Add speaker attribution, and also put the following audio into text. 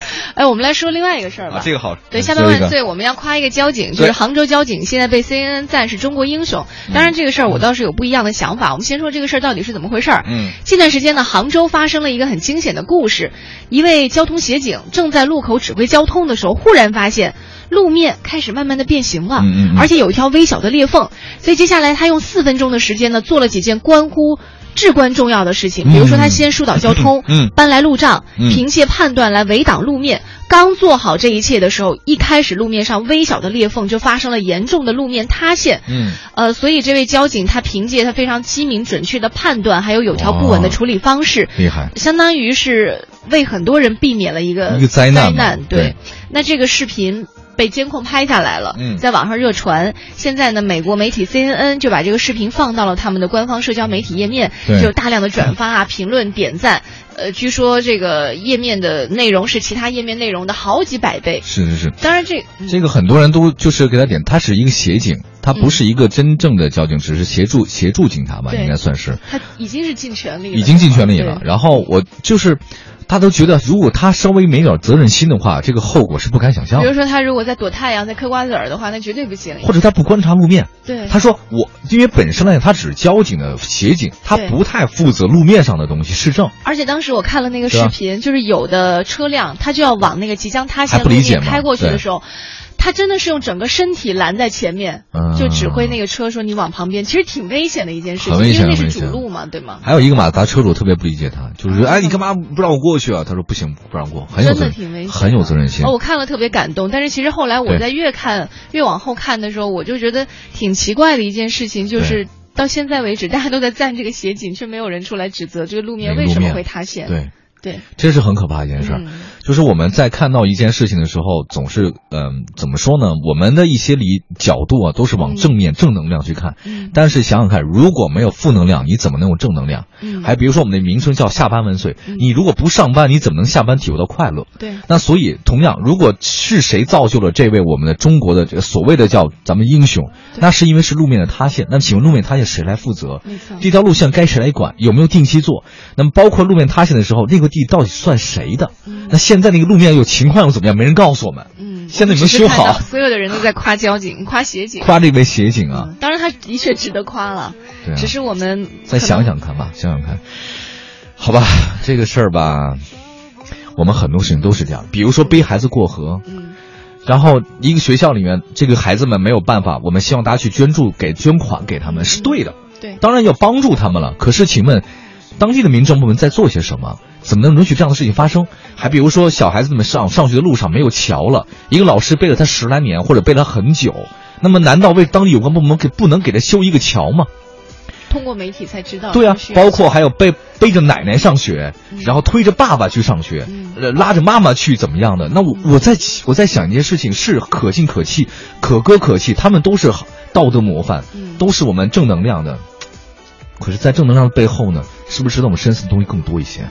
Speaker 1: 哎，我们来说另外一个事儿吧。
Speaker 2: 啊，这个好。
Speaker 1: 对，
Speaker 2: 嗯
Speaker 1: 下半
Speaker 2: 最后一
Speaker 1: 万
Speaker 2: 个
Speaker 1: 岁，我们要夸一个交警，就是
Speaker 2: 对嗯
Speaker 1: 杭州交警现在被 CNN 赞是中国英雄。当然，这个事儿我倒是有不一样的想法。我们先说这个事儿到底是怎么回事儿。
Speaker 2: 嗯
Speaker 1: 近段时间呢，杭州发生了一个很惊险的故事：一位交通协警正在路口指挥交通的时候，忽然发现路面开始慢慢的变形了，
Speaker 2: 嗯嗯嗯
Speaker 1: 啊而且有一条微小的裂缝。所以接下来他用四分钟的时间呢，做了几件关乎。至关重要的事情，比如说他
Speaker 2: 嗯
Speaker 1: 先疏导交通，
Speaker 2: 嗯
Speaker 1: 搬来路障，
Speaker 2: 嗯
Speaker 1: 凭借判断来围挡路面。刚做好这一切的时候，一开始路面上微小的裂缝就发生了严重的路面塌陷。
Speaker 2: 嗯，
Speaker 1: 呃，所以这位交警他凭借他非常机敏准确的判断，还有有条不紊的处理方式，
Speaker 2: 厉害。
Speaker 1: 相当于是为很多人避免了一个
Speaker 2: 一个灾难嘛
Speaker 1: 对，
Speaker 2: 对
Speaker 1: 那这个视频。被监控拍下来了，
Speaker 2: 嗯
Speaker 1: 在网上热传。现在呢，美国媒体 CNN 就把这个视频放到了他们的官方社交媒体页面，就
Speaker 2: 对
Speaker 1: 有大量的转发 啊、评论、点赞。呃，据说这个页面的内容是其他页面内容的好几百倍。
Speaker 2: 是是是，
Speaker 1: 当然这，嗯
Speaker 2: 这个很多人都就是给他点，他是一个协警，他不是一个真正的交警，只是协助协助警察
Speaker 1: 嗯
Speaker 2: 吧，
Speaker 1: 对
Speaker 2: 应该算是。
Speaker 1: 他已经是尽全力了，
Speaker 2: 已经尽全力了
Speaker 1: 对。
Speaker 2: 然后我就是，他都觉得如果他稍微没点责任心的话，这个后果是不敢想象
Speaker 1: 比如
Speaker 2: 的。
Speaker 1: 说，他如果在躲太阳、在嗑瓜子儿的话，那绝对不行。
Speaker 2: 或者他不观察路面，
Speaker 1: 对，
Speaker 2: 他说我，因为本身来讲他只是交警的协警，他
Speaker 1: 对
Speaker 2: 不太负责路面上的东西，市政
Speaker 1: 而且当时我看了那个
Speaker 2: 对
Speaker 1: 视
Speaker 2: 吧
Speaker 1: 频，就是有的车辆他就要往那个即将塌陷
Speaker 2: 还
Speaker 1: 路
Speaker 2: 不理解
Speaker 1: 面
Speaker 2: 吗
Speaker 1: 开过去的
Speaker 2: 对
Speaker 1: 时候，他真的是用整个身体拦在前面，
Speaker 2: 嗯
Speaker 1: 就指挥那个车说你往旁边，其实挺危险的一件事情，
Speaker 2: 很危
Speaker 1: 因为
Speaker 2: 险
Speaker 1: 那
Speaker 2: 很
Speaker 1: 是
Speaker 2: 危
Speaker 1: 主
Speaker 2: 险
Speaker 1: 路嘛，对吗？
Speaker 2: 还有一个马自达车主特别不理解他，就是哎，你干嘛不让我过去啊？他说不行，不让过，很有
Speaker 1: 嗯真
Speaker 2: 责
Speaker 1: 的
Speaker 2: 任，
Speaker 1: 挺危险，
Speaker 2: 很有责任心
Speaker 1: 哦，。我看了特别感动，但是其实后来我
Speaker 2: 对
Speaker 1: 在越看越往后看的时候，我就觉得挺奇怪的一件事情，就是到现在为止， 大家都在赞这个协警，却没有人出来指责这个路面
Speaker 2: 那个
Speaker 1: 为
Speaker 2: 路
Speaker 1: 什么
Speaker 2: 面
Speaker 1: 会塌陷。
Speaker 2: 对，
Speaker 1: 对，
Speaker 2: 这是很可怕的一件事儿。
Speaker 1: 嗯
Speaker 2: 就是我们在看到一件事情的时候，总是嗯、怎么说呢？我们的一些理角度啊，都是往正面、正能量去看。
Speaker 1: 嗯
Speaker 2: 但是想想看，如果没有负能量，你怎么能有正能量？
Speaker 1: 嗯，
Speaker 2: 还比如说我们的名称叫下班万岁
Speaker 1: 嗯，
Speaker 2: 你如果不上班，你怎么能下班体会到快乐？
Speaker 1: 对。
Speaker 2: 那所以，同样，如果是谁造就了这位我们的中国的这个所谓的叫咱们英雄，
Speaker 1: 对嗯
Speaker 2: 那是因为是路面的塌陷。那么请问路面塌陷谁来负责
Speaker 1: 没错？
Speaker 2: 这条路线该谁来管？有没有定期做？那么包括路面塌陷的时候，那块地到底算谁的？
Speaker 1: 嗯
Speaker 2: 那现在那个路面有情况又怎么样？没人告诉我们。
Speaker 1: 嗯，
Speaker 2: 现在
Speaker 1: 我
Speaker 2: 有
Speaker 1: 们
Speaker 2: 没有
Speaker 1: 只是
Speaker 2: 修
Speaker 1: 看到
Speaker 2: 好？
Speaker 1: 所有的人都在夸交警、夸协警。
Speaker 2: 夸这位协警啊，
Speaker 1: 嗯，当然他的确值得夸了，
Speaker 2: 对啊
Speaker 1: 只是我们嗯可
Speaker 2: 再
Speaker 1: 能
Speaker 2: 想。想看吧，想想看，好吧，这个事儿吧，我们很多事情都是这样，比如说背孩子过河，
Speaker 1: 嗯，
Speaker 2: 然后一个学校里面这个孩子们没有办法，我们希望大家去捐助给捐款给他们是对的，
Speaker 1: 对，
Speaker 2: 当然要帮助他们了。可是，请问当地的民政部门在做些什么？怎么能允许这样的事情发生？还比如说，小孩子们上上学的路上没有桥了，一个老师背了他十来年，或者背了很久，那么难道为当地有关部门给不能给他修一个桥吗？
Speaker 1: 通过媒体才知道。
Speaker 2: 对啊
Speaker 1: 这是，
Speaker 2: 包括还有背背着奶奶上学，然后推着爸爸去上学
Speaker 1: 嗯，
Speaker 2: 呃拉着妈妈去怎么样的？那我我在我在想一件事情，是可敬可弃，可歌可泣，他们都是好道德模范
Speaker 1: 嗯，
Speaker 2: 都是我们正能量的。可是，在正能量的背后呢，是不是值得我们深思的东西更多一些？